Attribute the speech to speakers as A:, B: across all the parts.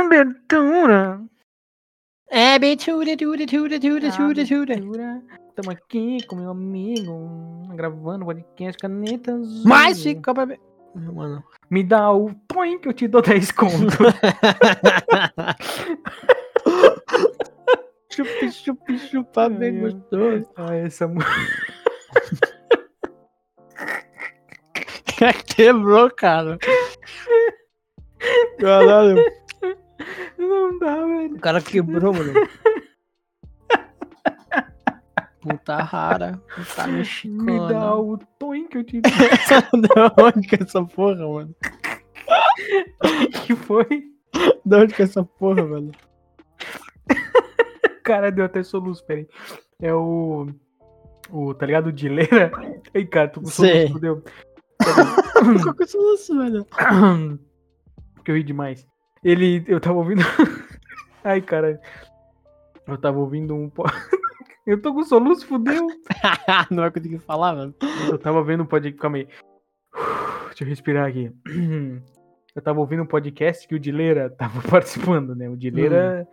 A: abertura.
B: É, bitura, tura, tura, tura, tura, tura.
A: Estamos aqui com meu amigo, gravando podcast caneta azul.
B: Mas fica pra. Mano.
A: Me dá o põe que eu te dou 10 conto.
B: Chupa, chupa, chupa, tá bem
A: Ai, eu-
B: gostoso.
A: ah, essa mu-
B: Quebrou, cara. Caralho.
A: Não dá, velho.
B: O cara quebrou, mano. Puta rara.
A: Me dá
B: Puta mexicana.
A: o põe que eu te dou.
B: da onde que é essa porra, mano?
A: que foi?
B: Da onde que é essa porra, velho?
A: Cara, deu até soluço, peraí. É o. O, tá ligado? O Dileira? Ei, cara, tu com
B: Sei.
A: soluço, fudeu.
B: Qual que é isso, velho?
A: Porque eu ri demais. Ele. Eu tava ouvindo. Ai, cara. Eu tava ouvindo um. po- eu tô com soluço, fudeu.
B: Ah, Não vai conseguir falar, velho.
A: Eu tava vendo um podcast. Calma aí. Deixa eu respirar aqui. Eu tava ouvindo um podcast que o Dileira tava participando, né? O Dileira,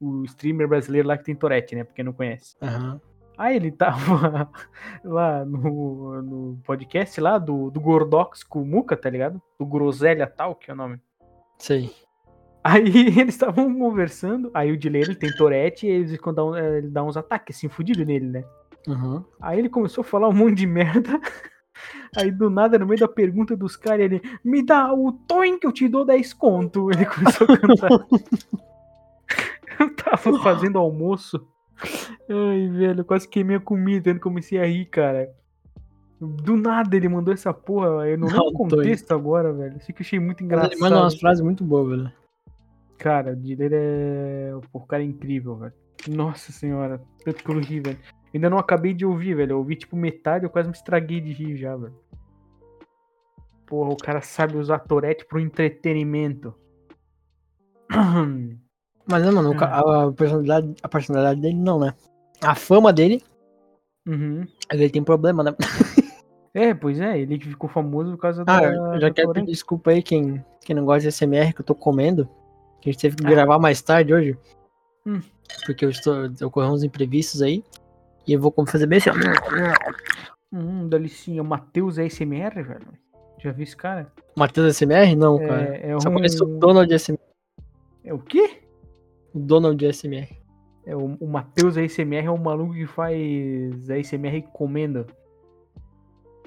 A: o streamer brasileiro lá que tem Tourette, né? Pra quem não conhece.
B: Aham.
A: Aí ele tava lá no, no podcast lá do, do Gordox com o Muca, tá ligado? Do Groselha Tal, que é o nome.
B: Sei.
A: Aí eles estavam conversando, aí o Dileira ele tem Tourette e eles ficam dá um- eh, ele dá uns ataques assim, fudido nele, né?
B: Aham.
A: Aí ele começou a falar um monte de merda. Aí do nada, no meio da pergunta dos caras, ele me dá o Toin que eu te dou 10 conto. Ele começou a cantar. eu tava fazendo almoço. Ai, velho, eu quase queimei a comida. Eu comecei a rir, cara. Do nada ele mandou essa porra. Eu não
B: Dá
A: lembro o
B: o Toin.
A: contexto agora, velho. Isso que eu achei muito
B: Mas
A: engraçado.
B: Ele manda é umas frases muito boas, velho.
A: Cara, o Dileira é. Pô, o cara é incrível, velho. Nossa senhora, tanto que eu ri, velho. Ainda não acabei de ouvir, velho. Eu ouvi tipo metade, eu quase me estraguei de rir já, velho. Porra, o cara sabe usar Tourette pro entretenimento.
B: Mas, né, mano, o ca-
A: É.
B: a, personalidade, a personalidade dele não, né? A fama dele,
A: Uhum.
B: ele tem problema, né?
A: É, pois é, ele que ficou famoso por causa
B: Ah,
A: da.
B: eu já
A: da
B: quero pedir
A: Tourette.
B: desculpa aí quem, quem não gosta de SMR que eu tô comendo. Que a gente teve que
A: Ah.
B: gravar mais tarde hoje.
A: Hum.
B: Porque eu estou, ocorreram uns imprevistos aí. E eu vou fazer bem assim, ó.
A: Hum, Dalicinha, o Matheus é SMR, velho. Já vi esse cara?
B: Matheus SMR? Não, cara.
A: É, é
B: Só conheço o
A: um.
B: Donald SMR.
A: É o quê?
B: O Donald SMR.
A: É, o, o Matheus ASMR é um maluco que faz ASMR comendo.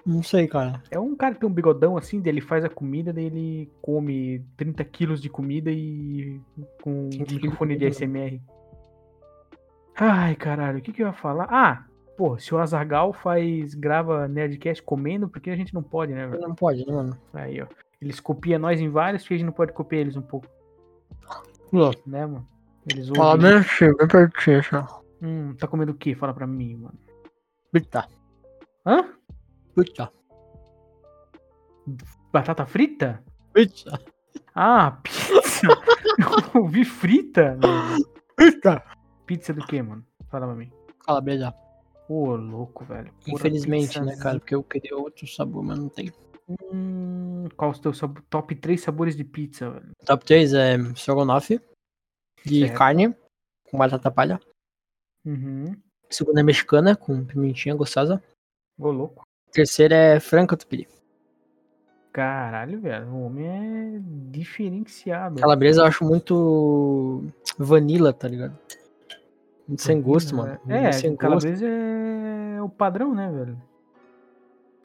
B: Não sei, cara.
A: É um cara que tem um bigodão assim, daí ele faz a comida, daí ele come 30 quilos de comida e com um
B: 30 quilos de
A: microfone de
B: comida.
A: ASMR. Ai, caralho, o que que eu ia falar? Ah, pô, se o Azagal faz, grava Nerdcast comendo, porque a gente não pode, né, velho?
B: Não pode, né, mano?
A: Aí, ó. Eles copiam nós em vários, porque a gente não pode copiar eles um pouco, né, mano? Eles
B: Fala
A: ouvem.
B: bem assim, bem pertinho, assim, ó.
A: Hum, tá comendo o quê? Fala pra mim, mano.
B: Puta,
A: Hã?
B: puta,
A: Batata frita?
B: puta,
A: Ah, pizza! eu ouvi frita? mano.
B: puta.
A: Pizza do que, mano? Fala pra mim.
B: Fala, beleza.
A: Ô, louco, velho. Porra,
B: Infelizmente, né,
A: pizzazinha.
B: cara? Porque eu queria outro sabor, mas não tem.
A: Hum, qual os teus sab- top 3 sabores de pizza, velho?
B: Top 3 é strogonoff de
A: Certo.
B: carne com batata palha.
A: Uhum.
B: Segunda é mexicana com pimentinha gostosa.
A: Ô, louco.
B: Terceira é franca tupiri.
A: Caralho, velho. O homem é diferenciado.
B: Calabresa eu acho muito vanilla, tá ligado? Muito sem gosto, mano.
A: É,
B: Muito sem gosto.
A: calabresa é o padrão, né, velho?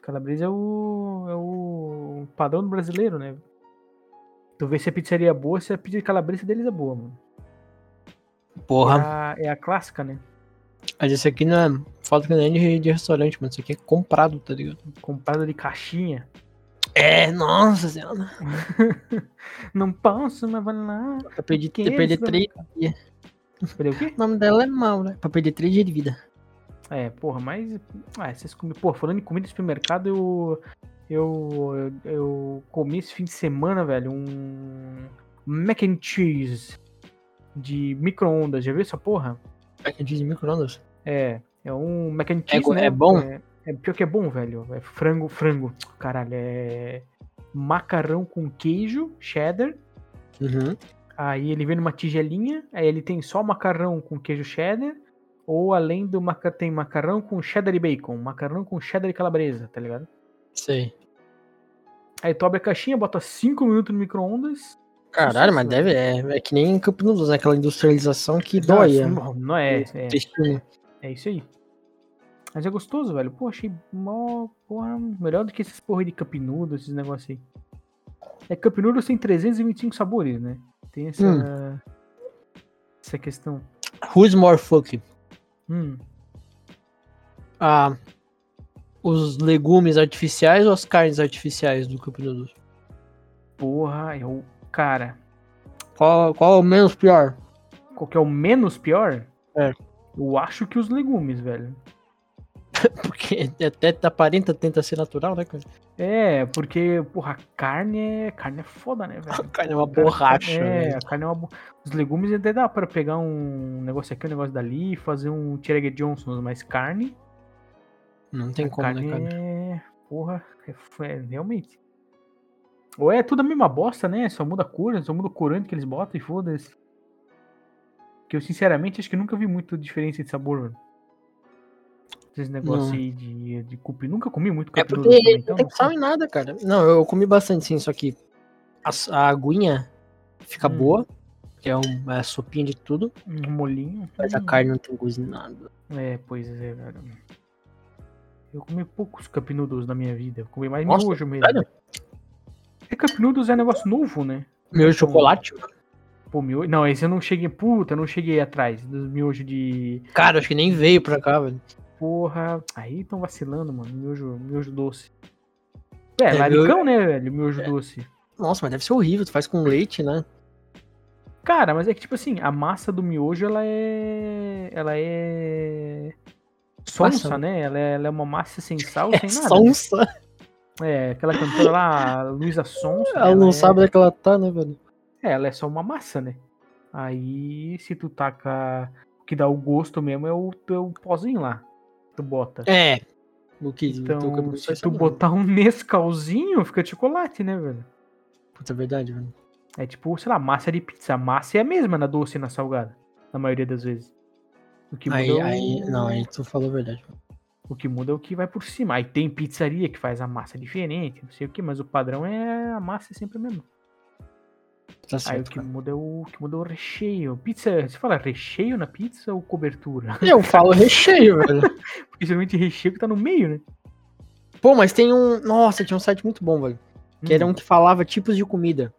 A: Calabresa é o, é o padrão do brasileiro, né? Tu vê se a pizzaria é boa, se a pizza de calabresa deles é boa, mano. É
B: Porra.
A: a- é a clássica, né?
B: Mas esse aqui não é falta que nem de, de restaurante, mano. Isso aqui é comprado, tá ligado?
A: comprada de caixinha.
B: É, nossa senhora.
A: Não posso, mas vai lá.
B: Pra perder,
A: Que
B: pra perder
A: isso,
B: três.
A: Falei, o quê?
B: O nome dela é mal, né? Pra perder três dias de vida.
A: É, porra, mas. Ah, vocês comi... Pô, falando em comida de supermercado, eu. Eu. Eu, eu comi esse fim de semana, velho, um. Mac and cheese. De micro-ondas. Já viu essa porra?
B: É que diz micro-ondas.
A: É. É um mac and cheese.
B: go-
A: né?
B: é bom?
A: É, é pior que é bom, velho. É frango, frango. Caralho, é. Macarrão com queijo, cheddar.
B: Uhum.
A: Aí ele vem numa tigelinha, aí ele tem só macarrão com queijo cheddar, ou além do macarrão, tem macarrão com cheddar e bacon, macarrão com cheddar e calabresa, tá ligado?
B: Sei.
A: Aí tu abre a caixinha, bota 5 minutos no micro-ondas.
B: Caralho, mas
A: Isso.
B: deve. É, é que nem Campo Nulos, né? Aquela industrialização que dói.
A: Nossa,
B: é.
A: Não, não é, é,
B: Intestino.
A: é isso aí. Mas é gostoso, velho. Pô, achei mó, porra, melhor do que esses porra de cup noodle, esses negócios aí. É cup noodle tem 325 sabores, né? Tem essa,
B: Hum.
A: essa questão.
B: Who's more fuck?
A: Hum,
B: Ah, os legumes artificiais ou as carnes artificiais do Campo Nulos?
A: porra, eu, cara,
B: Qual, qual é o menos pior?
A: qual que é o menos pior?
B: É.
A: Eu acho que os legumes, velho.
B: Porque até aparenta tenta ser natural, né, cara?
A: É, porque, porra, carne é, carne é foda, né, velho?
B: Carne é uma borracha,
A: É,
B: né?
A: a carne é uma bo- Os legumes até dá pra pegar um negócio aqui, um negócio dali, fazer um Tireg Johnson, mas carne.
B: Não tem
A: a
B: como,
A: carne
B: né, cara?
A: é. Porra, é, f- é realmente. Ou é tudo a mesma bosta, né? Só muda a cor, só muda o corante que eles botam e foda-se. Que eu, sinceramente, acho que nunca vi muita diferença de sabor, mano. Esses negócios
B: Não.
A: aí de, de cupi. Nunca comi muito
B: É
A: cupi noodle
B: porque
A: também,
B: não
A: então
B: tem
A: não sei.
B: sal em nada, cara. Não, eu comi bastante sim, só que a, s- a aguinha fica
A: Hum.
B: boa, que é uma é sopinha de tudo,
A: Um molinho.
B: mas a
A: Hum.
B: carne não tem gosto de nada.
A: É, pois é, velho. Eu comi poucos cup noodles na minha vida. Eu comi mais
B: Nossa,
A: miojo mesmo.
B: sério?
A: É, cup noodles é negócio novo, né?
B: Meu chocolate,
A: Pô, miojo... Não, esse eu não cheguei... Puta, eu não cheguei atrás dos miojo de...
B: cara, acho que nem veio pra cá, velho.
A: Porra... Aí tão vacilando, mano. Miojo, miojo doce. É,
B: É,
A: laricão, né, velho? Miojo doce.
B: Nossa, mas deve ser horrível, tu faz com leite, né?
A: Cara, mas é que, tipo assim, a massa do miojo, ela é... Ela é... Sonsa,
B: Massa.
A: né? Ela é, ela é uma massa sem sal,
B: É
A: sem nada.
B: sonsa,
A: É, aquela cantora lá, a Luísa Sonsa.
B: ela não
A: é-
B: sabe onde é que ela tá, né, velho?
A: É, ela é só uma massa, né? Aí, se tu taca. O que dá o gosto mesmo é o teu pozinho lá. que Tu bota.
B: É. O que
A: então,
B: o que eu
A: se
B: sei
A: tu
B: não.
A: botar um Nescauzinho, fica chocolate, né, velho?
B: Puta, é verdade, velho.
A: É tipo, sei lá, massa de pizza. A massa é a mesma na doce e na salgada. Na maioria das vezes. O que muda,
B: Aí,
A: é o-
B: aí, não, aí tu falou a verdade.
A: o que muda é o que vai por cima. Aí tem pizzaria que faz a massa diferente, não sei o que, mas o padrão é a massa é sempre a mesma.
B: Tá
A: Aí o
B: certo.
A: que
B: cara.
A: muda é o o que muda é o recheio. Pizza, você fala recheio na pizza ou cobertura?
B: Eu falo recheio, velho.
A: Porque geralmente recheio que tá no meio, né?
B: Pô, mas tem um. Nossa, tinha um site muito bom, velho. Que
A: Hum.
B: era um que falava tipos de comida.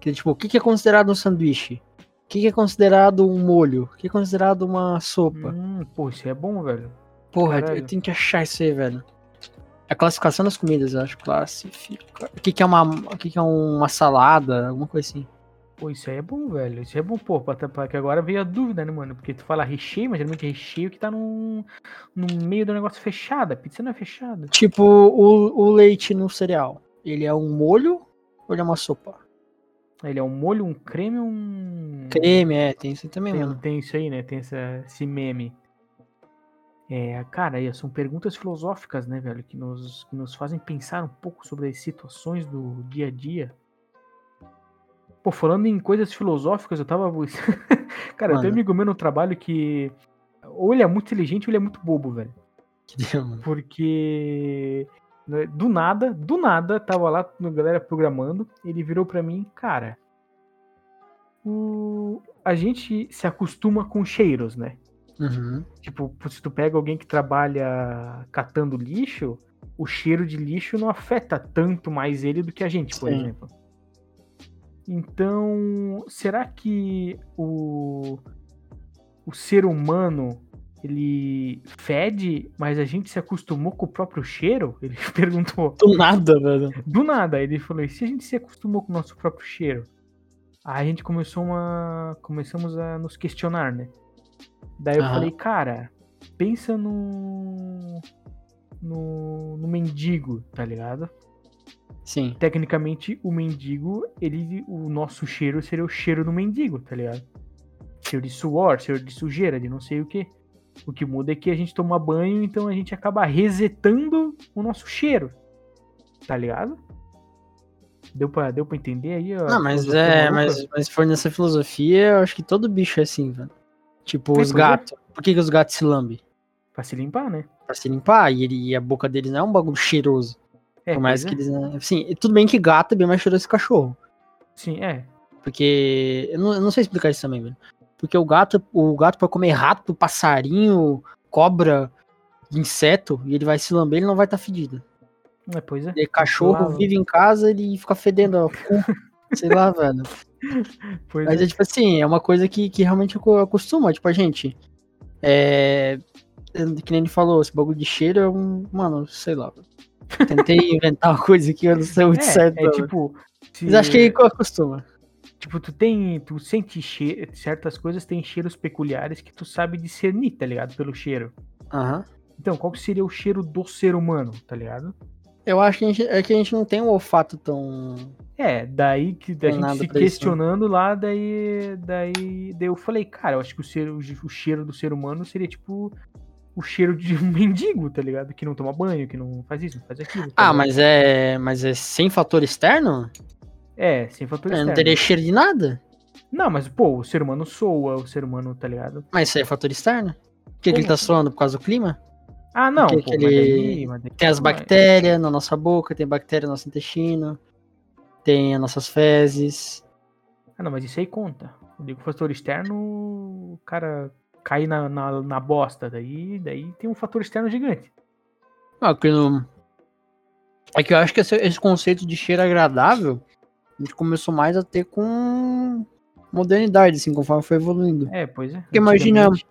B: Que tipo, o que, que é considerado um sanduíche? O que, que é considerado um molho? O que é considerado uma sopa?
A: Hum, pô, isso é bom, velho.
B: Porra,
A: caralho.
B: eu tenho que achar isso aí, velho. A classificação das comidas, eu acho. Classifica. O que, que é uma. O que, que é uma salada? Alguma coisa assim.
A: Pô, isso aí é bom, velho. Isso é bom, pô, pra, pra- que agora veio a dúvida, né, mano? Porque tu fala recheio, mas geralmente é recheio que tá num, no meio do negócio fechado. A pizza não é fechada.
B: Tipo, o, o leite no cereal. Ele é um molho ou ele é uma sopa?
A: Ele é um molho, um creme, um.
B: Creme, é, tem isso aí também,
A: Tem,
B: mano.
A: tem isso aí, né? Tem essa, esse meme. É, cara, e são perguntas filosóficas, né, velho? Que nos, que nos fazem pensar um pouco sobre as situações do dia a dia. Pô, falando em coisas filosóficas, eu tava. cara, eu
B: Mano.
A: tenho um amigo meu no trabalho que. Ou ele é muito inteligente ou ele é muito bobo, velho.
B: Que deu, mano.
A: Porque né, do nada, do nada, tava lá a galera programando, ele virou pra mim, cara, o... a gente se acostuma com cheiros, né?
B: Uhum.
A: Tipo, se tu pega alguém que trabalha catando lixo, o cheiro de lixo não afeta tanto mais ele do que a gente, por
B: Sim.
A: exemplo. Então, será que o, o ser humano ele fede, mas a gente se acostumou com o próprio cheiro? Ele perguntou.
B: Do nada, velho.
A: Do nada, ele falou: e se a gente se acostumou com o nosso próprio cheiro? Aí a gente começou uma. Começamos a nos questionar, né? Daí eu
B: Aham.
A: falei, cara, pensa no. No, no mendigo, tá ligado?
B: Sim.
A: Tecnicamente, o mendigo, ele, o nosso cheiro seria o cheiro do mendigo, tá ligado? Cheiro de suor, cheiro de sujeira, de não sei o que. O que muda é que a gente toma banho, então a gente acaba resetando o nosso cheiro, tá ligado? Deu pra, deu pra entender aí? ó,
B: Não, mas
A: filosofia
B: é,
A: maluca?
B: mas, mas se for nessa filosofia, eu acho que todo bicho é assim, velho. Tipo,
A: É, pois
B: os
A: é.
B: gatos. Por que, que os gatos se lambem?
A: Pra se limpar, né?
B: Pra se limpar, e, ele, e a boca deles não é um bagulho cheiroso.
A: É,
B: por mais
A: pois
B: que
A: é.
B: eles. né, Assim, e tudo bem que gato é bem mais cheiroso que cachorro.
A: Sim, é.
B: Porque. Eu não, eu não sei explicar isso também, velho. Porque o gato, o gato pode comer rato, passarinho, cobra, inseto, e ele vai se lamber, ele não vai estar fedido.
A: é. Pois é.
B: E cachorro
A: Lava.
B: vive em casa, ele fica fedendo, ó, cu, sei lá, velho.
A: Pois
B: Mas
A: é.
B: é tipo assim, é uma coisa que, que realmente acu- acostuma, tipo, a gente. É. Que nem ele falou, esse bagulho de cheiro é um. Mano, sei lá. Tentei inventar uma coisa que eu não sei muito
A: É,
B: certo.
A: é
B: não.
A: tipo. Se,
B: Mas acho que é acostuma.
A: Tipo, tu tem. Tu sente cheiro. Certas coisas têm cheiros peculiares que tu sabe discernir, tá ligado? Pelo cheiro.
B: Aham.
A: Então, qual que seria o cheiro do ser humano, tá ligado?
B: Eu acho que a, gente, é que a gente não tem um olfato tão.
A: É, daí que da
B: Tem
A: gente
B: nada
A: se
B: pra isso, né?
A: questionando lá, daí, daí, daí eu falei, cara, eu acho que o, ser, o cheiro do ser humano seria tipo o cheiro de um mendigo, tá ligado? Que não toma banho, que não faz isso, não faz aquilo. tá
B: Ah,
A: ligado?
B: mas é. Mas é sem fator externo?
A: É, sem fator
B: Eu
A: externo.
B: não teria cheiro de nada.
A: Não, mas pô, o ser humano soa, o ser humano, tá ligado?
B: Mas isso aí é fator externo. Por que, que ele
A: Como
B: tá
A: assim?
B: suando por causa do clima?
A: Ah, não,
B: Porque
A: pô,
B: aquele-
A: mas daí, mas daí-
B: Tem as bactérias na nossa boca, tem bactéria no nosso intestino, tem as nossas fezes.
A: Ah, não, mas isso aí conta. Eu digo fator externo, o cara cai na, na, na bosta, daí, daí tem um fator externo gigante.
B: Ah, que não... É que eu acho que esse, esse conceito de cheiro agradável, a gente começou mais a ter com modernidade, assim, conforme foi evoluindo.
A: É, pois é.
B: Porque imagina-
A: antigamente-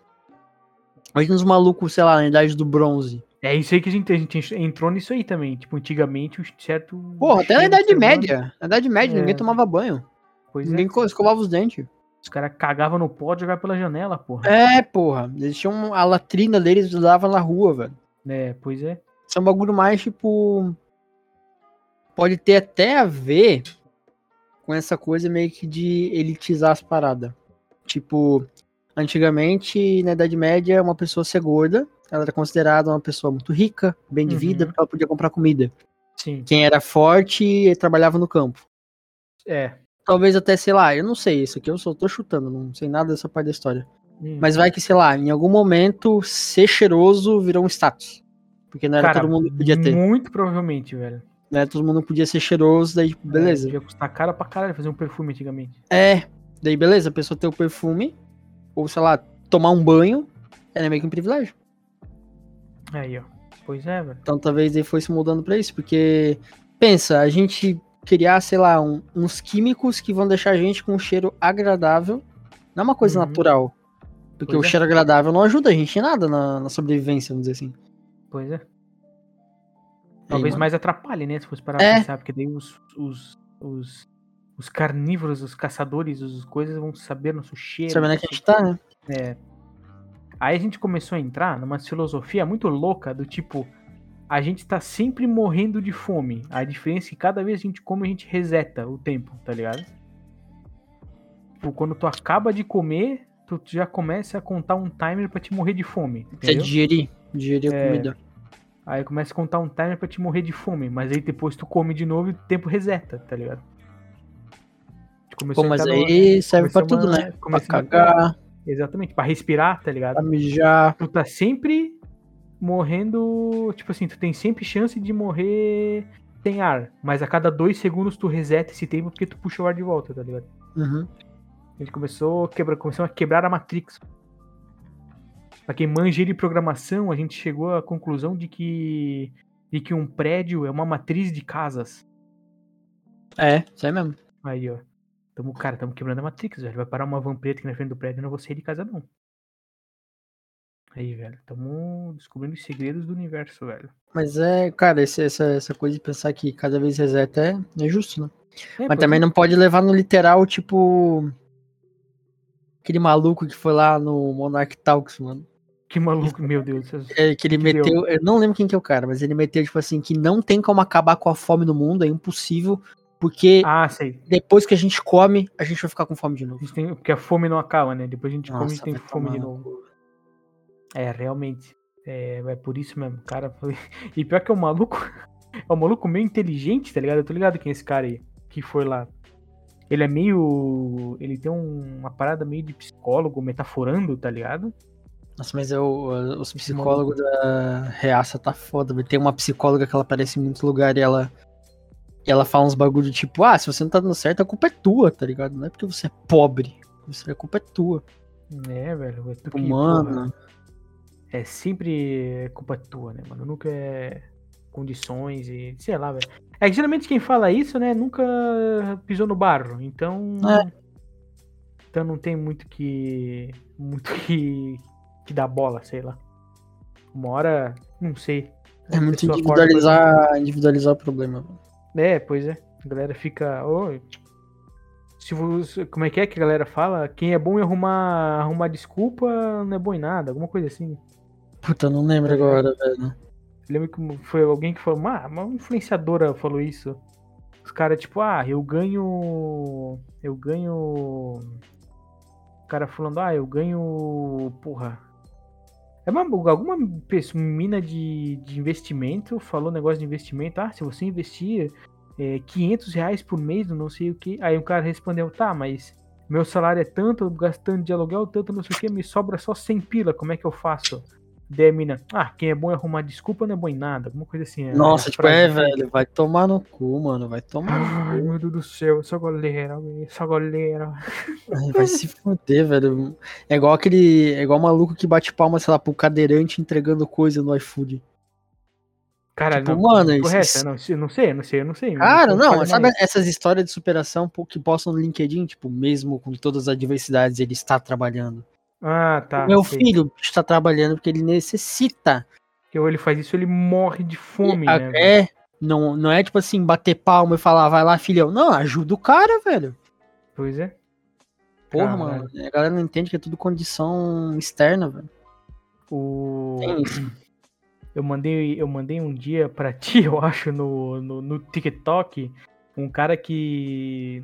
B: Imagina os malucos, sei lá, na idade do bronze.
A: É isso aí que a gente, a gente entrou nisso aí também. Tipo, antigamente, um certo.
B: Porra, até na
A: cheiro do
B: idade
A: ser humano,
B: média. Na idade média,
A: É.
B: ninguém tomava banho.
A: Pois é,
B: Ninguém co- escovava os dentes.
A: os caras cagavam no pó e jogavam pela janela, porra.
B: É, porra. Eles tinham um, a latrina deles, usava na rua, velho.
A: É, pois é.
B: Isso é um bagulho mais, tipo. Pode ter até a ver com essa coisa meio que de elitizar as paradas. Tipo, antigamente, na Idade Média, uma pessoa ser gorda, ela era considerada uma pessoa muito rica, bem de vida,
A: Uhum.
B: porque ela podia comprar comida.
A: Sim.
B: Quem era forte eh, trabalhava no campo.
A: É.
B: Talvez até, sei lá, eu não sei isso aqui, eu só tô chutando, não sei nada dessa parte da história.
A: Hum.
B: Mas vai que, sei lá, em algum momento, ser cheiroso virou um status. Porque não era
A: Cara,
B: todo mundo que podia ter
A: Muito provavelmente, velho.
B: né? Todo mundo podia ser cheiroso, daí, tipo, beleza.
A: É, ia custar caro pra caralho fazer um perfume antigamente.
B: É, daí, beleza, a pessoa ter o perfume, ou sei lá, tomar um banho, era meio que um privilégio.
A: Aí, ó. Pois é, velho.
B: Então talvez ele foi se mudando pra isso, porque, pensa, a gente criar, sei lá, um- uns químicos que vão deixar a gente com um cheiro agradável, não é uma coisa
A: Uhum.
B: natural. Porque
A: Pois
B: o
A: é.
B: cheiro agradável não ajuda a gente em nada na, na sobrevivência, vamos dizer assim.
A: Pois é. Talvez
B: mano.
A: mais atrapalhe, né? Se fosse parar
B: É.
A: pra pensar, porque daí os, os, os, os carnívoros, os caçadores, as coisas vão saber nosso cheiro.
B: Sabe onde é que a gente tá, né?
A: É. Aí a gente começou a entrar numa filosofia muito louca do tipo, a gente tá sempre morrendo de fome. A diferença é que cada vez que a gente come, a gente reseta o tempo, tá ligado? Tipo, quando tu acaba de comer, tu já começa a contar um timer pra te morrer de fome,
B: Você
A: entendeu?
B: é digerir, digerir a
A: É.
B: comida.
A: Aí começa a contar um timer pra te morrer de fome, mas aí depois tu come de novo e o tempo reseta, tá ligado? A gente
B: Pô,
A: começou a
B: mas
A: entrar numa-
B: aí serve pra
A: começou
B: tudo,
A: uma-
B: né? Pra
A: começou uma-
B: cagar,
A: Exatamente, pra respirar, tá ligado?
B: pra mijar.
A: tu tá sempre morrendo. Tipo assim, tu tem sempre chance de morrer sem ar. Mas a cada dois segundos tu reseta esse tempo porque tu puxa o ar de volta, tá ligado?
B: Uhum.
A: A gente começou a quebrar, começou a quebrar a Matrix. Pra quem manja de programação, a gente chegou à conclusão de que. de que um prédio é uma matriz de casas.
B: É, isso aí mesmo.
A: Aí, ó. Tamo, cara, tamo quebrando a Matrix, velho. Vai parar uma van preta aqui na frente do prédio, eu não vou sair de casa, não. Aí, velho. Tamo descobrindo os segredos do universo, velho.
B: Mas é, cara, esse- essa, essa coisa de pensar que cada vez reseta é, é justo, né?
A: É,
B: Mas
A: pois
B: também
A: é.
B: não pode levar no literal, tipo. Aquele maluco que foi lá no Monarch Talks, mano.
A: Que maluco, meu Deus. do céu.
B: É, que ele
A: Que deu.
B: meteu. Eu não lembro quem que é o cara, mas ele meteu, tipo assim, que não tem como acabar com a fome no mundo, é impossível, porque
A: Ah, sei.
B: depois que a gente come, a gente vai ficar com fome de
A: A
B: novo.
A: gente tem- Porque a fome não acaba, né? Depois a gente come, a gente
B: Nossa,
A: tem
B: vai
A: fome de
B: tomar no
A: novo. É, realmente. É, é por isso mesmo, cara. foi- E pior que é um maluco. É um maluco meio inteligente, tá ligado? Eu tô ligado quem é esse cara aí. Que que foi lá. Ele é meio. Ele tem um- uma parada meio de psicólogo, metaforando, tá ligado?
B: Nossa, mas eu, uh, os psicólogos da Reaça tá foda. velho. Tem uma psicóloga que ela aparece em muito lugar e ela, e ela fala uns bagulho tipo, ah, se você não tá dando certo, a culpa é tua, tá ligado? Não é porque você é pobre. Você, a culpa é tua.
A: É, velho. É tu que,
B: Humana.
A: porra, É sempre culpa tua, né, mano? Nunca é condições e. sei lá, velho. É que geralmente quem fala isso, né, nunca pisou no barro. Então.
B: É.
A: Então não tem muito que. muito que. que dar bola, sei lá. Uma hora. não sei.
B: É muito
A: pessoa acorda e
B: individualizar, individualizar o problema. velho.
A: É, pois é. A galera fica. "Ô, se você, como é que é que a galera fala? Quem é bom em arrumar, arrumar desculpa não é bom em nada, alguma coisa assim.
B: Puta, não lembro agora, velho.
A: Lembro que foi alguém que falou, ah, uma influenciadora falou isso. Os caras, tipo, ah, eu ganho. Eu ganho. O cara falando, ah, eu ganho. Porra. É uma, alguma pessoa, mina de, de investimento falou negócio de investimento, ah, se você investir é, 500 reais por mês, não sei o que. Aí o cara respondeu, tá, mas meu salário é tanto, eu gasto tanto de aluguel, tanto não sei o que, me sobra só 100 pila, como é que eu faço? Daí a mina, ah, quem é bom em arrumar desculpa não é bom em nada, alguma coisa assim. né?
B: Nossa,
A: Uma
B: tipo, é,
A: frase.
B: velho, vai tomar no cu, mano. Vai tomar
A: Ai, meu Deus do céu, essa goleira, essa goleira.
B: Ai, Vai se foder, velho. É igual aquele. É igual o maluco que bate palma, sei lá, pro cadeirante entregando coisa no iFood.
A: Cara,
B: Tipo,
A: não,
B: mano,
A: porra é
B: isso-
A: essa? Não, eu não sei, eu não sei, eu não sei.
B: Cara,
A: Eu
B: não,
A: falei,
B: sabe assim,
A: mas-
B: essas histórias de superação pô, que postam no LinkedIn, tipo, mesmo com todas as adversidades, ele está trabalhando.
A: Ah, tá.
B: O meu
A: sei.
B: filho está trabalhando porque ele necessita.
A: Porque ou ele faz isso, ele morre de fome,
B: A-
A: né? velho?
B: é, não, não é tipo assim, bater palma e falar, vai lá, filhão. Não, ajuda o cara, velho.
A: Pois é.
B: Porra,
A: Caralho.
B: mano. A galera não entende que é tudo condição externa, velho.
A: O...
B: Tem isso.
A: Eu mandei, eu mandei um dia pra ti, eu acho, no, no, no TikTok, um cara que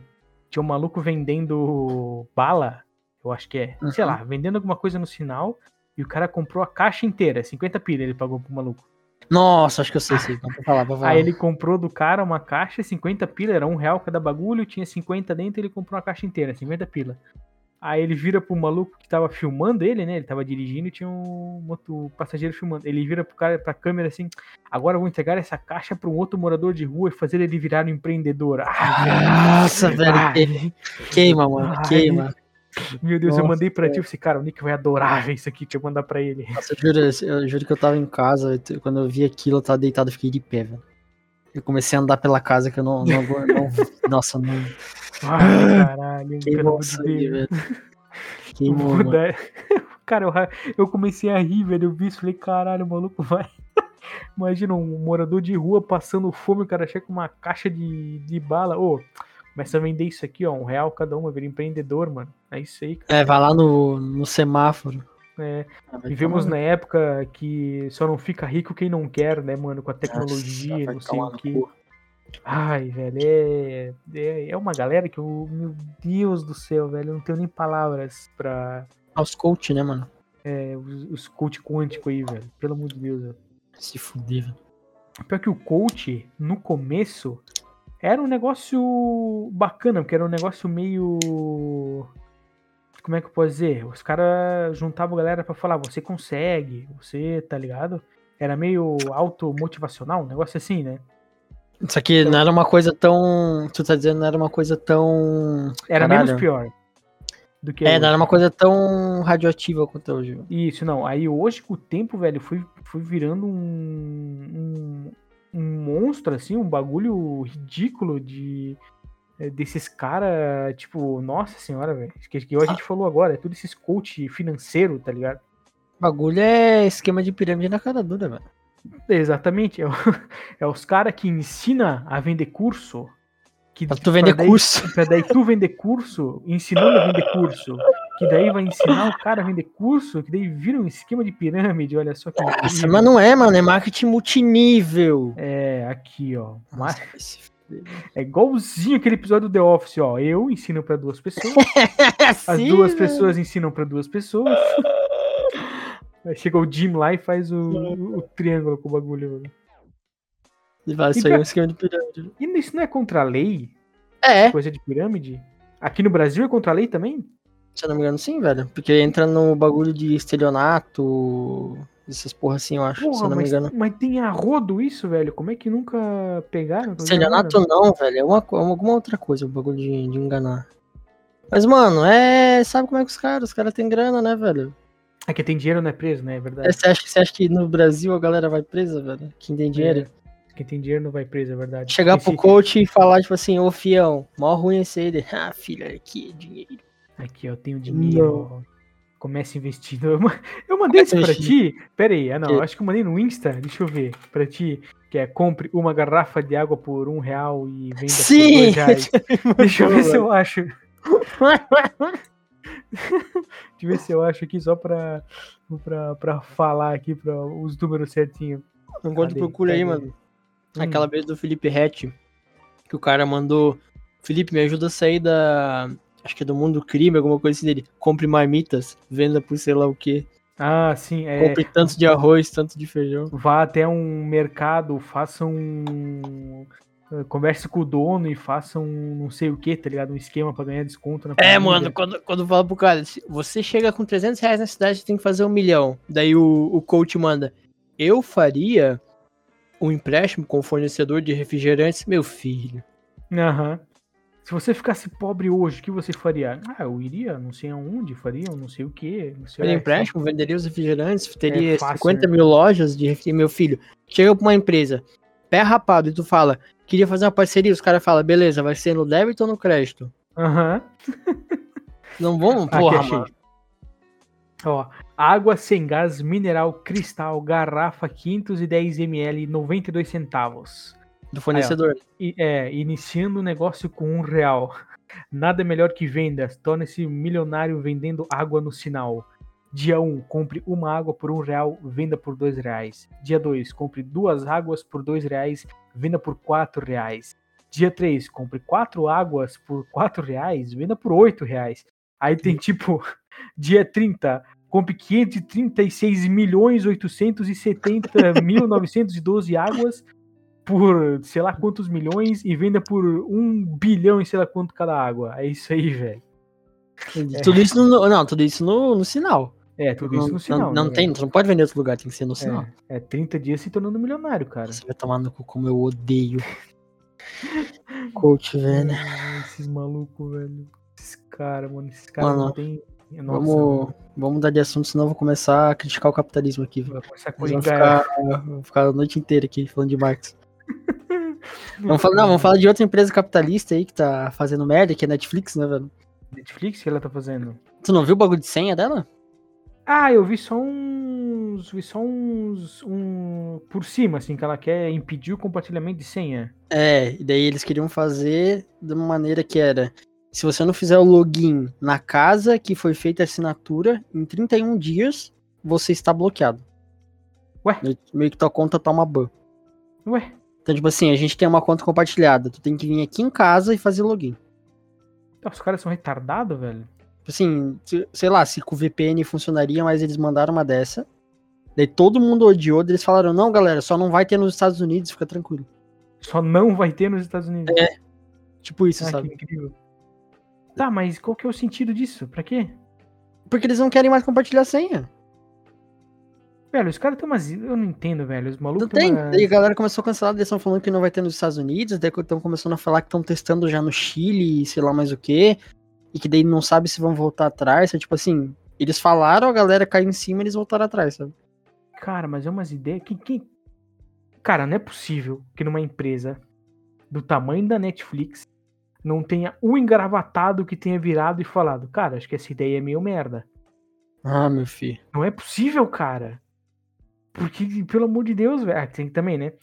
A: tinha um maluco vendendo bala, eu acho que é, sei
B: Uhum.
A: lá, vendendo alguma coisa no sinal, e o cara comprou a caixa inteira, 50 pilha ele pagou pro maluco.
B: Nossa, acho que eu sei, sei. Vou falar, vou falar.
A: Aí ele comprou do cara uma caixa, 50 pila, era um real cada bagulho, tinha 50 dentro, ele comprou uma caixa inteira, 50 pila. Aí ele vira pro maluco que tava filmando ele, né? Ele tava dirigindo e tinha um outro passageiro filmando. Ele vira pro cara, pra câmera assim, agora eu vou entregar essa caixa pra um outro morador de rua e fazer ele virar um empreendedor. Ah,
B: Nossa, velho,
A: Ai.
B: que- queima, mano,
A: Ai.
B: queima.
A: meu Deus, eu
B: Nossa,
A: mandei pra ti, eu falei, cara, o Nick vai adorar ver isso aqui, deixa eu mandar pra ele.
B: Nossa, eu juro, eu juro que eu tava em casa, eu- quando eu vi aquilo, eu tava deitado, eu fiquei de pé, velho. Eu comecei a andar pela casa que eu não. não, agu- não- nossa, não.
A: Ai, caralho, pelo
B: Queimou
A: amor
B: isso
A: de
B: aí,
A: Deus.
B: velho.
A: Eu
B: Queimou,
A: vou
B: mano.
A: dar- Cara, eu, ra- eu comecei a rir, velho. Eu vi isso, falei, caralho, o maluco vai. Imagina um morador de rua passando fome, o cara chega com uma caixa de, de bala. Ô, começa a vender isso aqui, ó, um real cada uma, vira empreendedor, mano. É isso aí,
B: É, vai lá no, no semáforo.
A: cara. É,
B: Ah, vai
A: Vivemos
B: tomar
A: na época que só não fica rico quem não quer, né, mano? Com a
B: no-
A: tecnologia,
B: Nossa, vai
A: não sei
B: tomar
A: o
B: no
A: que.
B: cu.
A: Ai, velho, é, é, é uma galera que eu. Meu Deus do céu, velho, eu não tenho nem palavras pra, é,
B: Ah, os coach, né, mano?
A: os, os coach quântico aí, velho. Pelo amor de Deus, velho.
B: Se fuder, velho.
A: Pior que o coach, no começo, era um negócio bacana, porque era um negócio meio. Como é que eu posso dizer? Os caras juntavam a galera pra falar, você consegue, você, tá ligado? Era meio automotivacional, um negócio assim, né?
B: Isso aqui não era uma coisa tão. Tu tá dizendo, não era uma coisa tão.
A: Era
B: Caralho.
A: menos pior do que
B: É,
A: hoje.
B: não era uma coisa tão radioativa quanto é hoje. velho.
A: Isso, não. Aí hoje, com o tempo, velho, fui, fui virando um, um, um monstro, assim, um bagulho ridículo de é, desses caras, tipo, nossa senhora, velho. Que, que a
B: Ah.
A: gente falou agora, é tudo esses coach financeiro, tá ligado?
B: O bagulho é esquema de pirâmide na cara dura, velho.
A: Exatamente. É, o- é os caras que ensina a vender curso. Que,
B: Pra tu vender
A: daí-
B: curso.
A: Pra daí tu vender curso, ensinando a vender curso. Que daí vai ensinar o cara a vender curso, que daí vira um esquema de pirâmide, olha só que.
B: Nossa,
A: incrível.
B: mas não é, mano. É marketing multinível.
A: É, aqui, ó. Mas
B: Nossa, vai se fuder, velho.
A: é igualzinho aquele episódio do The Office, ó. Eu ensino pra duas pessoas,
B: É
A: as
B: assim,
A: duas
B: velho.
A: pessoas ensinam pra duas pessoas. Aí chega o Jim lá e faz o, o- o triângulo com o bagulho.
B: Ele fala, Isso aí é um esquema de pirâmide.
A: E isso não é contra a lei?
B: É,
A: Coisa de pirâmide? Aqui no Brasil é contra a lei também?
B: se eu não me engano, sim, velho. Porque entra no bagulho de estelionato, essas porra assim, eu acho, se eu
A: Porra,
B: não me
A: mas,
B: engano.
A: mas tem arrodo isso, velho? Como é que nunca pegaram?
B: Estelionato não, velho. É uma, co- é alguma outra coisa, o bagulho de, de enganar. Mas, mano, é. Sabe como é que os caras? Os caras têm grana, né, velho?
A: É que tem dinheiro não é preso, né? É verdade.
B: É, Você acha, você acha que no Brasil a galera vai presa, velho? Quem tem dinheiro?
A: Quem É. tem dinheiro não vai preso, é verdade.
B: Chegar
A: Esse-
B: pro coach e falar, tipo assim, ô fião, mó ruim esse aí. Ele, Ah, filha, aqui é dinheiro.
A: Aqui, eu tenho dinheiro. Começa investindo. Eu ma- Eu mandei
B: Começa
A: isso pra ti. Pera aí, ah não,
B: Que?
A: eu acho que eu mandei no Insta, deixa eu ver, pra ti, que é compre uma garrafa de água por um real e venda
B: Sim!
A: por dois reais. Deixa eu ver se eu acho. Deixa eu ver se eu acho aqui só pra, pra, pra falar aqui pra os números certinho.
B: Enquanto
A: Cadê?
B: procura aí,
A: Cadê? Hum.
B: mano. Aquela vez do Felipe Rett, que o cara mandou. Felipe, me ajuda a sair da. Acho que é do mundo do crime, alguma coisa assim dele. Compre marmitas, venda por sei lá o quê.
A: Ah, sim, é.
B: Compre tanto de arroz, tanto de feijão.
A: vá até um mercado, faça um. eh, Converse com o dono e faça um não sei o que, tá ligado? Um esquema pra ganhar desconto na
B: É,
A: comida.
B: mano, quando, quando fala pro cara, se você chega com 300 reais na cidade, você tem que fazer um milhão. Daí o, o coach manda, eu faria um empréstimo com o fornecedor de refrigerantes, meu filho.
A: Aham. Se você ficasse pobre hoje, o que você faria? Ah, eu iria, não sei aonde, faria, um não sei o que. Não sei
B: Faria
A: lá,
B: empréstimo, venderia os refrigerantes, teria
A: É fácil,
B: 50
A: né?
B: mil lojas de refrigerantes, meu filho. Chega pra uma empresa, pé rapado, e tu fala, queria fazer uma parceria, os caras falam, beleza, vai ser no débito ou no crédito?
A: Aham.
B: Não vão,
A: Aqui,
B: porra,
A: achei.
B: mano.
A: Ó, água sem gás, mineral, cristal, garrafa 510ml, 92 centavos.
B: Do fornecedor.
A: E- é, iniciando o negócio com um real. Nada melhor que vendas. Torne-se milionário vendendo água no sinal. Dia 1, compre uma água por um real, venda por dois reais. Dia 2, compre duas águas por dois reais, venda por quatro reais. Dia 3, compre quatro águas por quatro reais, venda por oito reais. Aí tem tipo, dia 30, compre 536 milhões 870 mil 912 águas, por sei lá quantos milhões e venda por um bilhão e sei lá quanto cada água. É isso aí, velho.
B: Tudo isso no, não, tudo isso no, no sinal.
A: É, tudo isso
B: Não-
A: no sinal.
B: Não, não
A: né,
B: tem, tu não pode vender em outro lugar, tem que ser no
A: velho?
B: sinal.
A: É, é 30 dias se tornando milionário, cara.
B: Você vai tomar no cu como eu odeio. Coach, velho.
A: Ah, Esses malucos, velho. Esses caras, mano. Esses caras
B: Mano,
A: não tem. Nossa,
B: Vamos, vamos mudar de assunto, senão eu vou começar a criticar o capitalismo aqui. velho.
A: vai começar a
B: Nós Vamos
A: coringar.
B: ficar, vamos ficar a noite inteira aqui falando de Marx.
A: Hum.
B: Vamos falar, não, vamos falar de outra empresa capitalista aí que tá fazendo merda, que é Netflix, né, velho?
A: Netflix, o que ela tá fazendo?
B: Tu não viu o bagulho de senha dela?
A: Ah, eu vi só uns. Vi só uns. Um, por cima, assim, que ela quer impedir o compartilhamento de senha.
B: É, e daí eles queriam fazer de uma maneira que era: se você não fizer o login na casa que foi feita a assinatura, em 31 dias você está bloqueado.
A: Ué?
B: Meio- Meio que tua conta toma ban.
A: Ué,
B: Então, tipo assim, a gente tem uma conta compartilhada. Tu tem que vir aqui em casa e fazer login.
A: os caras são retardados, velho.
B: Tipo assim, se- sei lá, se com o VPN funcionaria, mas eles mandaram uma dessa. Daí todo mundo odiou, daí eles falaram, não, galera, só não vai ter nos Estados Unidos, fica tranquilo.
A: Só não vai ter nos Estados Unidos.
B: Tipo isso,
A: Ah, que
B: sabe?
A: incrível. Tá, mas qual que é o sentido disso? Pra quê?
B: Porque eles não querem mais compartilhar senha.
A: Velho, os caras têm umas. Eu não entendo, velho. Os malucos
B: Não tem.
A: uma-
B: Daí a galera começou a cancelar, eles estão falando que não vai ter nos Estados Unidos, daí estão começando a falar que estão testando já no Chile, e sei lá mais o quê, e que daí não sabe se vão voltar atrás. Então, tipo assim, eles falaram, a galera caiu em cima e eles voltaram atrás, sabe?
A: Cara, mas é umas ideias. Que, que... Cara, não é possível que numa empresa do tamanho da Netflix não tenha um engravatado que tenha virado e falado: Cara, acho que essa ideia é meio merda.
B: Ah, meu filho.
A: Não é possível, cara. Porque, pelo amor de Deus, velho. Ah, tem também, né?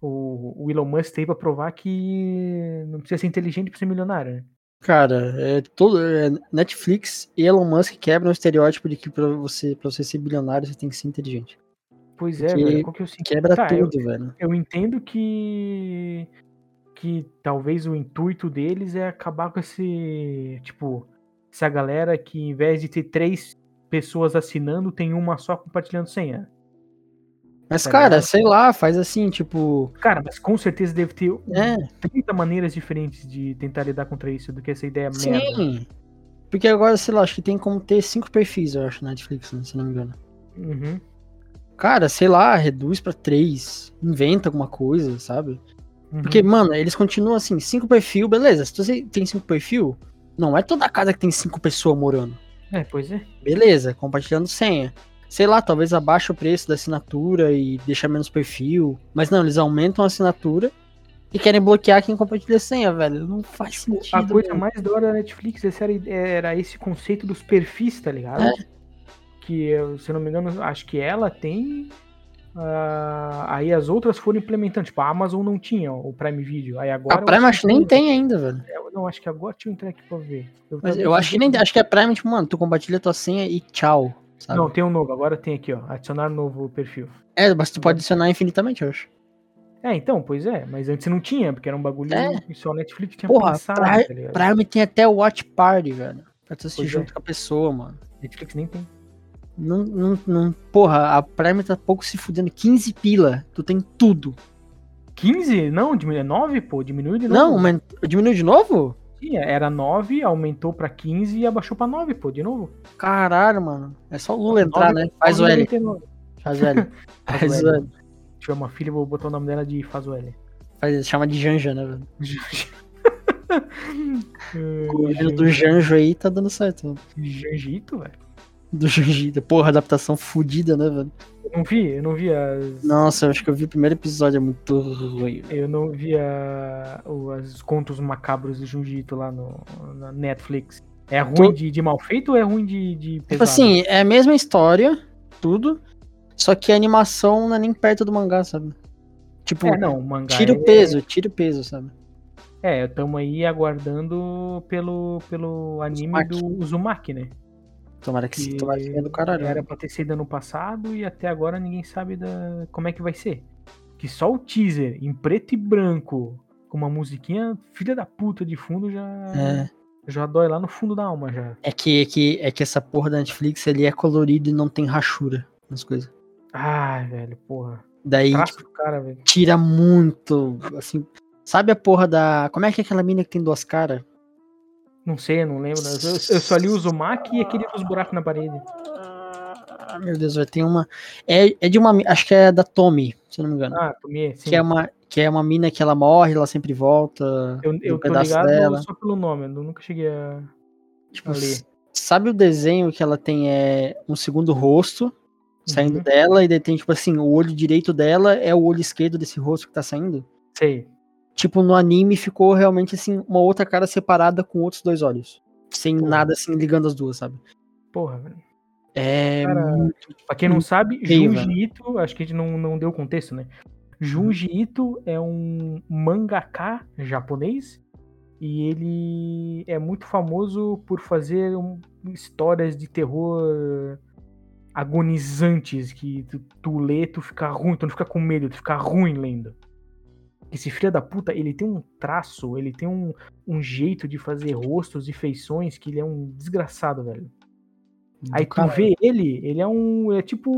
A: O, o Elon Musk tem pra provar que não precisa ser inteligente pra ser milionário, né?
B: Cara, é todo é Netflix e Elon Musk quebram o estereótipo de que pra você, pra você ser bilionário você tem que ser inteligente.
A: Pois é,
B: Porque
A: velho. Qual que é o sentido?
B: Quebra
A: Tá, eu-
B: tudo, velho.
A: eu entendo que que talvez o intuito deles é acabar com esse tipo essa galera que em vez de ter três pessoas assinando tem uma só compartilhando senha
B: Mas,
A: Tá
B: cara,
A: ligado?
B: sei lá, faz assim, tipo.
A: Cara, mas com certeza deve ter
B: É,
A: 30 maneiras diferentes de tentar lidar contra isso do que essa ideia merda.
B: sim. Porque agora, sei lá, acho que tem como ter cinco perfis, eu acho, na Netflix, né, se não me engano.
A: Uhum.
B: Cara, sei lá, reduz pra três, inventa alguma coisa, sabe?
A: uhum.
B: Porque, mano, eles continuam assim, cinco perfil, beleza. Se você tem cinco perfil, não é toda casa que tem cinco pessoas morando.
A: É, pois é.
B: Beleza, compartilhando senha. Sei lá, talvez abaixa o preço da assinatura e deixa menos perfil. Mas não, eles aumentam a assinatura e querem bloquear quem compartilha senha, velho. Não faz
A: Tipo,
B: sentido.
A: a coisa
B: velho.
A: mais da hora da Netflix esse era, era esse conceito dos perfis, tá ligado?
B: É.
A: Que, eu, se eu não me engano, acho que ela tem. ah, aí as outras foram implementando. Tipo, a Amazon não tinha o Prime Video. Aí agora.
B: A Prime
A: eu É
B: acho que nem tem ainda, velho.
A: Eu não, acho que agora tinha um track pra ver.
B: Mas
A: também
B: eu acho que nem
A: tinha-
B: acho que a Prime, tipo, mano, tu compartilha tua senha e tchau, sabe?
A: Não, tem um novo. Agora tem aqui, ó. Adicionar novo perfil.
B: É, mas tu pode adicionar infinitamente, eu acho.
A: É, então, pois é. Mas antes não tinha, porque era um bagulho
B: É.
A: que só a Netflix tinha
B: Porra,
A: pensado,
B: Prime-
A: tá ligado?
B: Prime tem até o Watch Party, velho. Pra tu assistir
A: Pois é.
B: junto com a pessoa, mano.
A: Netflix nem tem.
B: Não, não, não- Porra, a Prime tá pouco se fudendo. 15 pila. Tu tem tudo.
A: 15? Não, diminuiu. 9, pô. Diminuiu de novo.
B: Não, aument- diminuiu de novo?
A: Sim, é, era 9, aumentou pra 15 e abaixou pra 9, pô, de novo.
B: Caralho, mano. É só o Lula entrar, né? Faz o L.
A: 9,99.
B: Faz o L. Faz
A: Faz
B: o
A: o
B: L.
A: Se tiver uma filha, eu vou botar o nome dela de Faz o L.
B: Faz, chama de Janja, né, velho? O vídeo do
A: Hum,
B: Janjo aí tá dando certo. mano.
A: Jangito, velho.
B: Do Janjita. Porra, adaptação fudida, né, velho?
A: Eu não vi, eu não vi as.
B: Nossa, eu acho que eu vi o primeiro episódio, é muito ruim. velho.
A: Eu não vi a- o- as contos macabros de Jujito lá no na Netflix. É ruim
B: Tu-
A: de, de mal feito ou é ruim de, de
B: Tipo
A: pesado?
B: assim, é a mesma história, tudo, só que a animação não é nem perto do mangá, sabe? Tipo,
A: É, não, o mangá.
B: tira
A: é-
B: o peso, tira o peso, sabe?
A: É, tamo aí aguardando pelo, pelo anime
B: Uzumaki.
A: do Uzumaki, né?
B: Tomara que,
A: Que-
B: se tomara que venha é do caralho. né?
A: Era
B: Era...
A: pra ter sido ano passado e até agora ninguém sabe da... como é que vai ser. Que só o teaser em preto e branco, com uma musiquinha filha da puta de fundo, já,
B: É,
A: já dói lá no fundo da alma já.
B: é, que, é, que, é que essa porra da Netflix ele é colorido e não tem rachura nas coisas.
A: Ai, velho, porra.
B: Daí
A: Traço
B: tipo,
A: do cara, velho.
B: tira muito, assim. Sabe a porra da. Como é que é aquela mina que tem duas caras?
A: Não sei, não lembro. né? Eu, eu só li o Uzumaki e aquele dos buracos na parede.
B: Ah, meu Deus, vai ter uma. É, é de uma. mi- Acho que é da Tommy, se eu não me engano.
A: Ah, Tomie, sim.
B: que, é uma, que é uma mina que ela morre, ela sempre volta.
A: eu eu
B: um
A: tô
B: pedaço
A: ligado
B: dela.
A: só pelo nome, eu nunca cheguei a,
B: Tipo,
A: a ler.
B: s- sabe o desenho que ela tem é um segundo rosto saindo
A: Uhum.
B: dela, e daí tem, tipo assim, o olho direito dela é o olho esquerdo desse rosto que tá saindo?
A: Sei.
B: Tipo, no anime ficou realmente assim, uma outra cara separada com outros dois olhos. Sem
A: Porra.
B: nada assim, ligando as duas, sabe?
A: Porra, velho.
B: É.
A: Cara,
B: mu-
A: Pra quem não sabe,
B: Sim,
A: Junji Ito, acho que a gente não, não deu contexto, né? Junji Ito é um mangaka japonês e ele é muito famoso por fazer um- histórias de terror agonizantes que tu, tu lê, tu fica ruim, tu não fica com medo, tu fica ruim lendo. Esse filho da puta, ele tem um traço, ele tem um, um jeito de fazer rostos e feições que ele é um desgraçado, velho. Aí
B: do
A: tu
B: caralho.
A: vê ele, ele é um. É tipo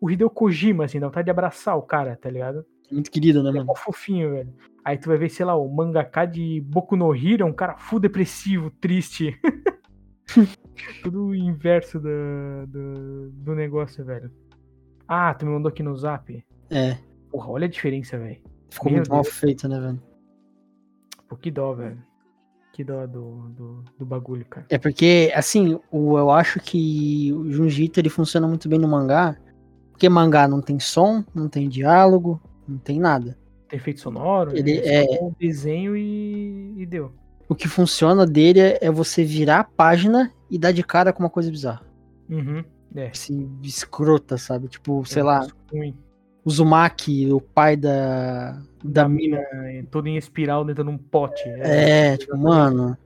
A: o Hideo Kojima, assim, dá vontade de abraçar o cara, tá ligado?
B: Muito querido, né,
A: Ele é
B: mano?
A: mó fofinho, velho. Aí tu vai ver, sei lá, o mangaka de Boku no Hero, um cara full depressivo, triste. Tudo o inverso da- do, do negócio, velho. Ah, tu me mandou aqui no zap.
B: É.
A: Porra, olha a diferença, velho.
B: Ficou
A: Meu
B: muito mal
A: Deus.
B: feito, né, velho?
A: Pô, que dó, velho. Que dó do, do, do bagulho, cara.
B: É porque, assim, o, eu acho que o Junjito ele funciona muito bem no mangá. Porque mangá não tem som, não tem diálogo, não tem nada.
A: Tem efeito sonoro, né?
B: Ele é.
A: Só o desenho e, e deu.
B: O que funciona dele é, é você virar a página e dar de cara com uma coisa bizarra.
A: Uhum. É.
B: Assim, escrota, sabe? Tipo, sei
A: é
B: lá,
A: Ruim.
B: o Zumaki, o pai da, da
A: da
B: mina.
A: mina eh, toda em espiral dentro de um pote.
B: É, tipo, mano.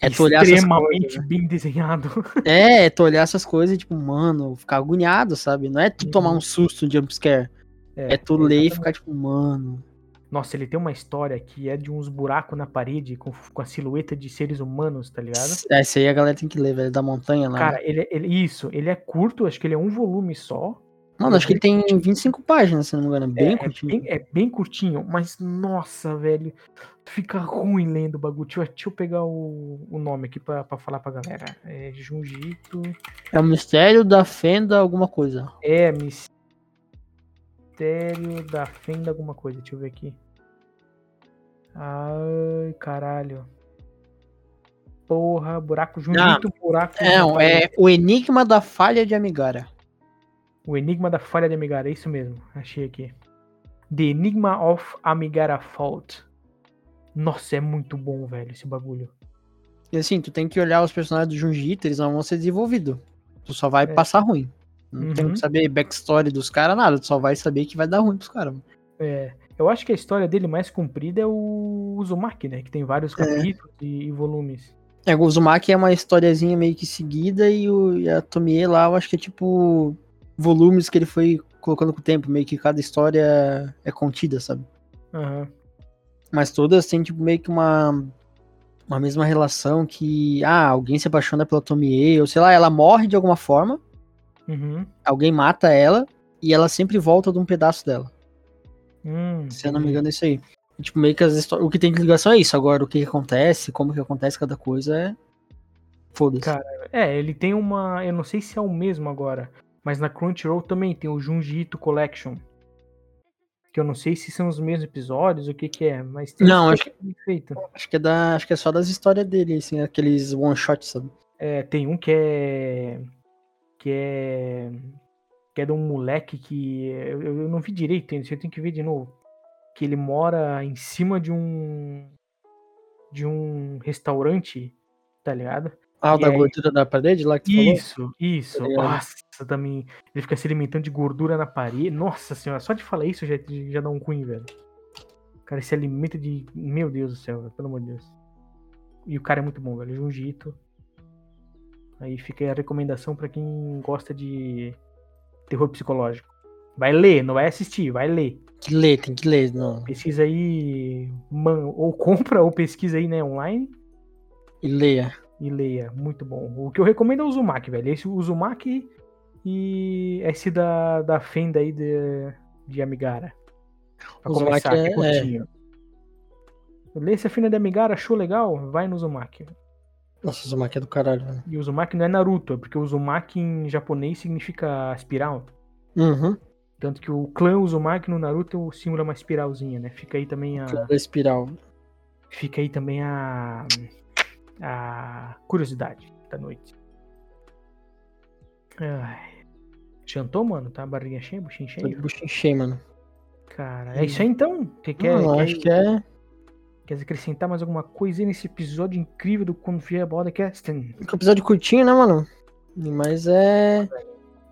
B: É tu olhar essas
A: extremamente
B: coisas. né?
A: bem desenhado.
B: É, é tu olhar essas coisas e, tipo, mano, ficar agoniado, sabe? Não é tu tomar um susto de jumpscare. É tu ler e
A: Uhum. exatamente.
B: ficar, tipo, mano.
A: Nossa, ele tem uma história que é de uns buracos na parede com, com a silhueta de seres humanos, tá ligado?
B: É, isso aí a galera tem que ler, velho, da montanha lá. né?
A: Cara, ele, ele- isso, ele é curto, acho que ele é um é volume só.
B: Mano, acho que ele tem 25 páginas, se não me engano. É
A: É,
B: bem
A: é
B: curtinho.
A: bem- é bem curtinho, mas nossa, velho. Tu fica ruim lendo o bagulho. Deixa eu, deixa eu pegar o, o nome aqui pra, pra falar pra galera. É Jujito.
B: É o mistério da fenda, alguma coisa.
A: É Mistério da Fenda, alguma coisa. Deixa eu ver aqui. Ai, caralho. Porra, buraco Jujito, buraco.
B: Não, Ah, é o enigma da falha de Amigara.
A: O Enigma da Falha de Amigara, é isso mesmo. Achei aqui. The Enigma of Amigara Fault. Nossa, é muito bom, velho, esse bagulho.
B: E assim, tu tem que olhar os personagens do Junji Ito, eles não vão ser desenvolvidos. Tu só vai
A: É.
B: passar ruim. Não tem
A: Uhum.
B: que saber backstory dos caras, nada. Tu só vai saber que vai dar ruim pros caras.
A: É, eu acho que a história dele mais comprida é o Uzumaki, né? Que tem vários capítulos e, e volumes.
B: É, o Uzumaki é uma historiazinha meio que seguida e, o, e a Tomie lá, eu acho que é tipo volumes que ele foi colocando com o tempo. Meio que cada história é contida, sabe?
A: Aham.
B: Mas todas têm, tipo, meio que uma, uma mesma relação que, ah, alguém se apaixona pela Tomie, ou sei lá, ela morre de alguma forma,
A: Uhum.
B: alguém mata ela, e ela sempre volta de um pedaço dela.
A: Hum,
B: Se eu não me
A: entendi.
B: engano, é isso aí. E, tipo, meio que as histórias. O que tem de ligação é isso. Agora, o que, que acontece, como que acontece cada coisa é. Foda-se.
A: Cara, É, ele tem uma. Eu não sei se é o mesmo agora, mas na Crunchyroll também tem o Junji Ito Collection. Que eu não sei se são os mesmos episódios, o que que é, mas tem
B: Não,
A: um
B: acho
A: feito.
B: Acho que, é da, acho que é só das histórias dele, assim, aqueles one-shots, sabe?
A: É, tem um que é. Que é. Que é de um moleque que. Eu, eu- eu não vi direito, isso eu tenho que ver de novo. Que ele mora em cima de um. De um restaurante, tá ligado?
B: Ah, o
A: E
B: da
A: aí?
B: gordura da parede lá que tu falou?
A: Isso, isso.
B: Tá ligado?
A: Nossa, também. Ele fica se alimentando de gordura na parede. Nossa senhora, só de falar isso já, já dá um cunho, velho. O cara se alimenta de. Meu Deus do céu, velho, pelo amor de Deus. E o cara é muito bom, velho. Junji Ito. Aí fica a recomendação pra quem gosta de terror psicológico. Vai ler, não vai assistir, vai ler.
B: Que ler, tem que ler. Não.
A: Pesquisa aí, man, ou compra ou pesquisa aí, né, online
B: E leia.
A: e leia. Muito bom. O que eu recomendo é o Uzumaki, velho. Esse Uzumaki e esse da, da Fenda aí de, de Amigara. Pra
B: Uzumaki
A: começar, que
B: é-
A: é curtinho. Lê essa Fenda de Amigara, achou legal? Vai no Uzumaki.
B: Nossa, Uzumaki é do caralho, velho.
A: E o Uzumaki não é Naruto, é porque o Uzumaki em japonês significa espiral.
B: Uhum.
A: Tanto que o clã Uzumaki no Naruto é simula uma espiralzinha, né? Fica aí também a...
B: Da espiral.
A: Fica aí também a... A curiosidade da noite. Ai. Jantou, mano? Tá a barriguinha cheia, buchinho
B: Tô de
A: cheio?
B: bucho enchei, mano.
A: Cara, é isso aí então? Que quer,
B: Não, eu
A: quer,
B: acho que é.
A: quer acrescentar mais alguma coisa aí nesse episódio incrível do Confia Podcast?
B: Um episódio curtinho, né, mano? Mas é.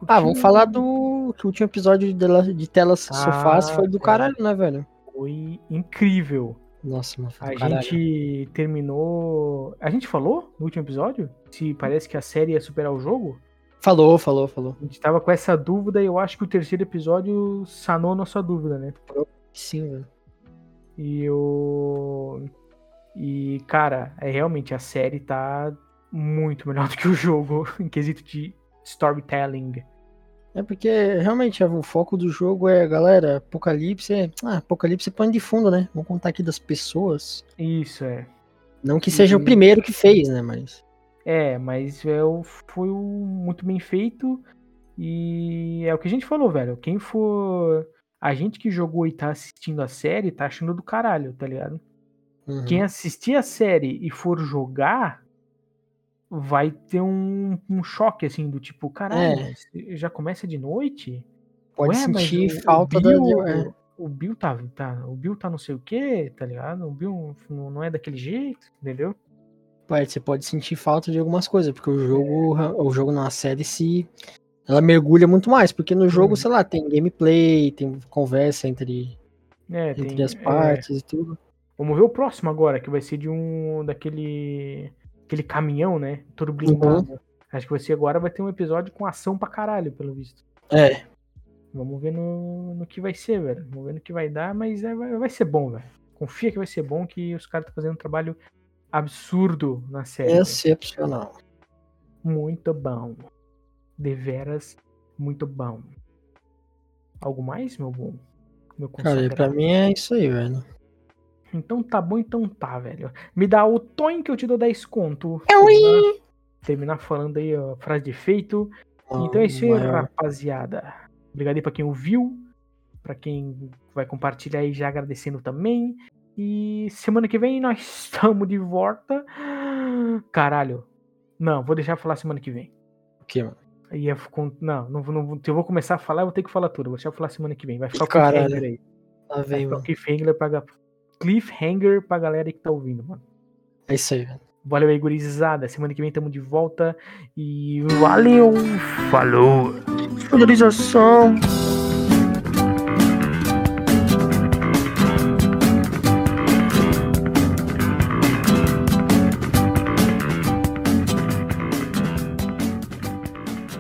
B: Ah, vamos falar do. Que o último episódio de, tela- de telas
A: Ah,
B: sofás foi do
A: é.
B: caralho, né, velho?
A: Foi incrível.
B: Nossa, mano, foi
A: A
B: do caralho.
A: gente terminou. A gente falou no último episódio? Se parece que a série ia superar o jogo?
B: Falou, falou, falou.
A: A gente tava com essa dúvida e eu acho que o terceiro episódio sanou a nossa dúvida, né?
B: Sim, velho.
A: E o. E, cara, é realmente a série tá muito melhor do que o jogo em quesito de storytelling.
B: É porque realmente é, o foco do jogo é, galera, apocalipse. é- Ah, apocalipse é pano de fundo, né? Vamos contar aqui das pessoas.
A: Isso é.
B: Não que seja
A: Uhum.
B: o primeiro que fez, né? Mas.
A: É, mas é, o- foi o- muito bem feito. E é o que a gente falou, velho. Quem for. A gente que jogou e tá assistindo a série, tá achando do caralho, tá ligado?
B: Uhum.
A: Quem é? assistir a série e for jogar, vai ter um, um choque, assim, do tipo, caralho, já começa de noite?
B: Pode
A: Ué, mas
B: sentir
A: o- o
B: falta da.
A: Bill-
B: é.
A: O Bill tá, tá, o Bill tá não sei o que, tá ligado? O Bill não não é daquele jeito, entendeu?
B: Ué, você pode sentir falta de algumas coisas, porque o jogo, o jogo na série se ela mergulha muito mais, porque no jogo,
A: Uhum.
B: sei lá, tem gameplay, tem conversa entre,
A: É,
B: entre
A: tem-
B: as
A: é.
B: partes e tudo.
A: Vamos ver o próximo agora, que vai ser de um daquele aquele caminhão, né? Todo blindado. Acho que vai ser agora vai ter um episódio com ação pra caralho, pelo visto.
B: É,
A: Vamos ver no, no que vai ser, velho. Vamos ver no que vai dar, mas é- vai, vai ser bom, velho. Confia que vai ser bom, que os caras estão fazendo um trabalho absurdo na série. velho.
B: excepcional.
A: Muito bom. Deveras, muito bom. Algo mais, meu bom? Meu
B: Cara, pra
A: consagrado?
B: mim é isso aí, velho.
A: Então tá bom, então tá, velho. Me dá o Toin que eu te dou 10 conto.
B: É ui!
A: Terminar- Terminar falando aí a frase de feito. Então é isso aí,
B: Ah, Maior.
A: rapaziada. Obrigado aí pra quem ouviu, pra quem vai compartilhar aí, já agradecendo também. E semana que vem nós estamos de volta. Caralho. Não, vou deixar falar semana que vem.
B: O quê, mano?
A: E eu fico- não, não, vou- não, vou- se eu vou começar a falar, eu vou ter que falar tudo. Vou deixar falar semana que vem. Vai ficar o
B: Caralho.
A: cliffhanger aí.
B: Lá
A: Vai
B: vem,
A: ficar o
B: mano.
A: cliffhanger pra, ga- cliffhanger pra galera aí que tá ouvindo, mano.
B: É isso aí, velho.
A: Valeu aí, gurizada. Semana que vem tamo de volta. E valeu! Falou!
B: Finalização.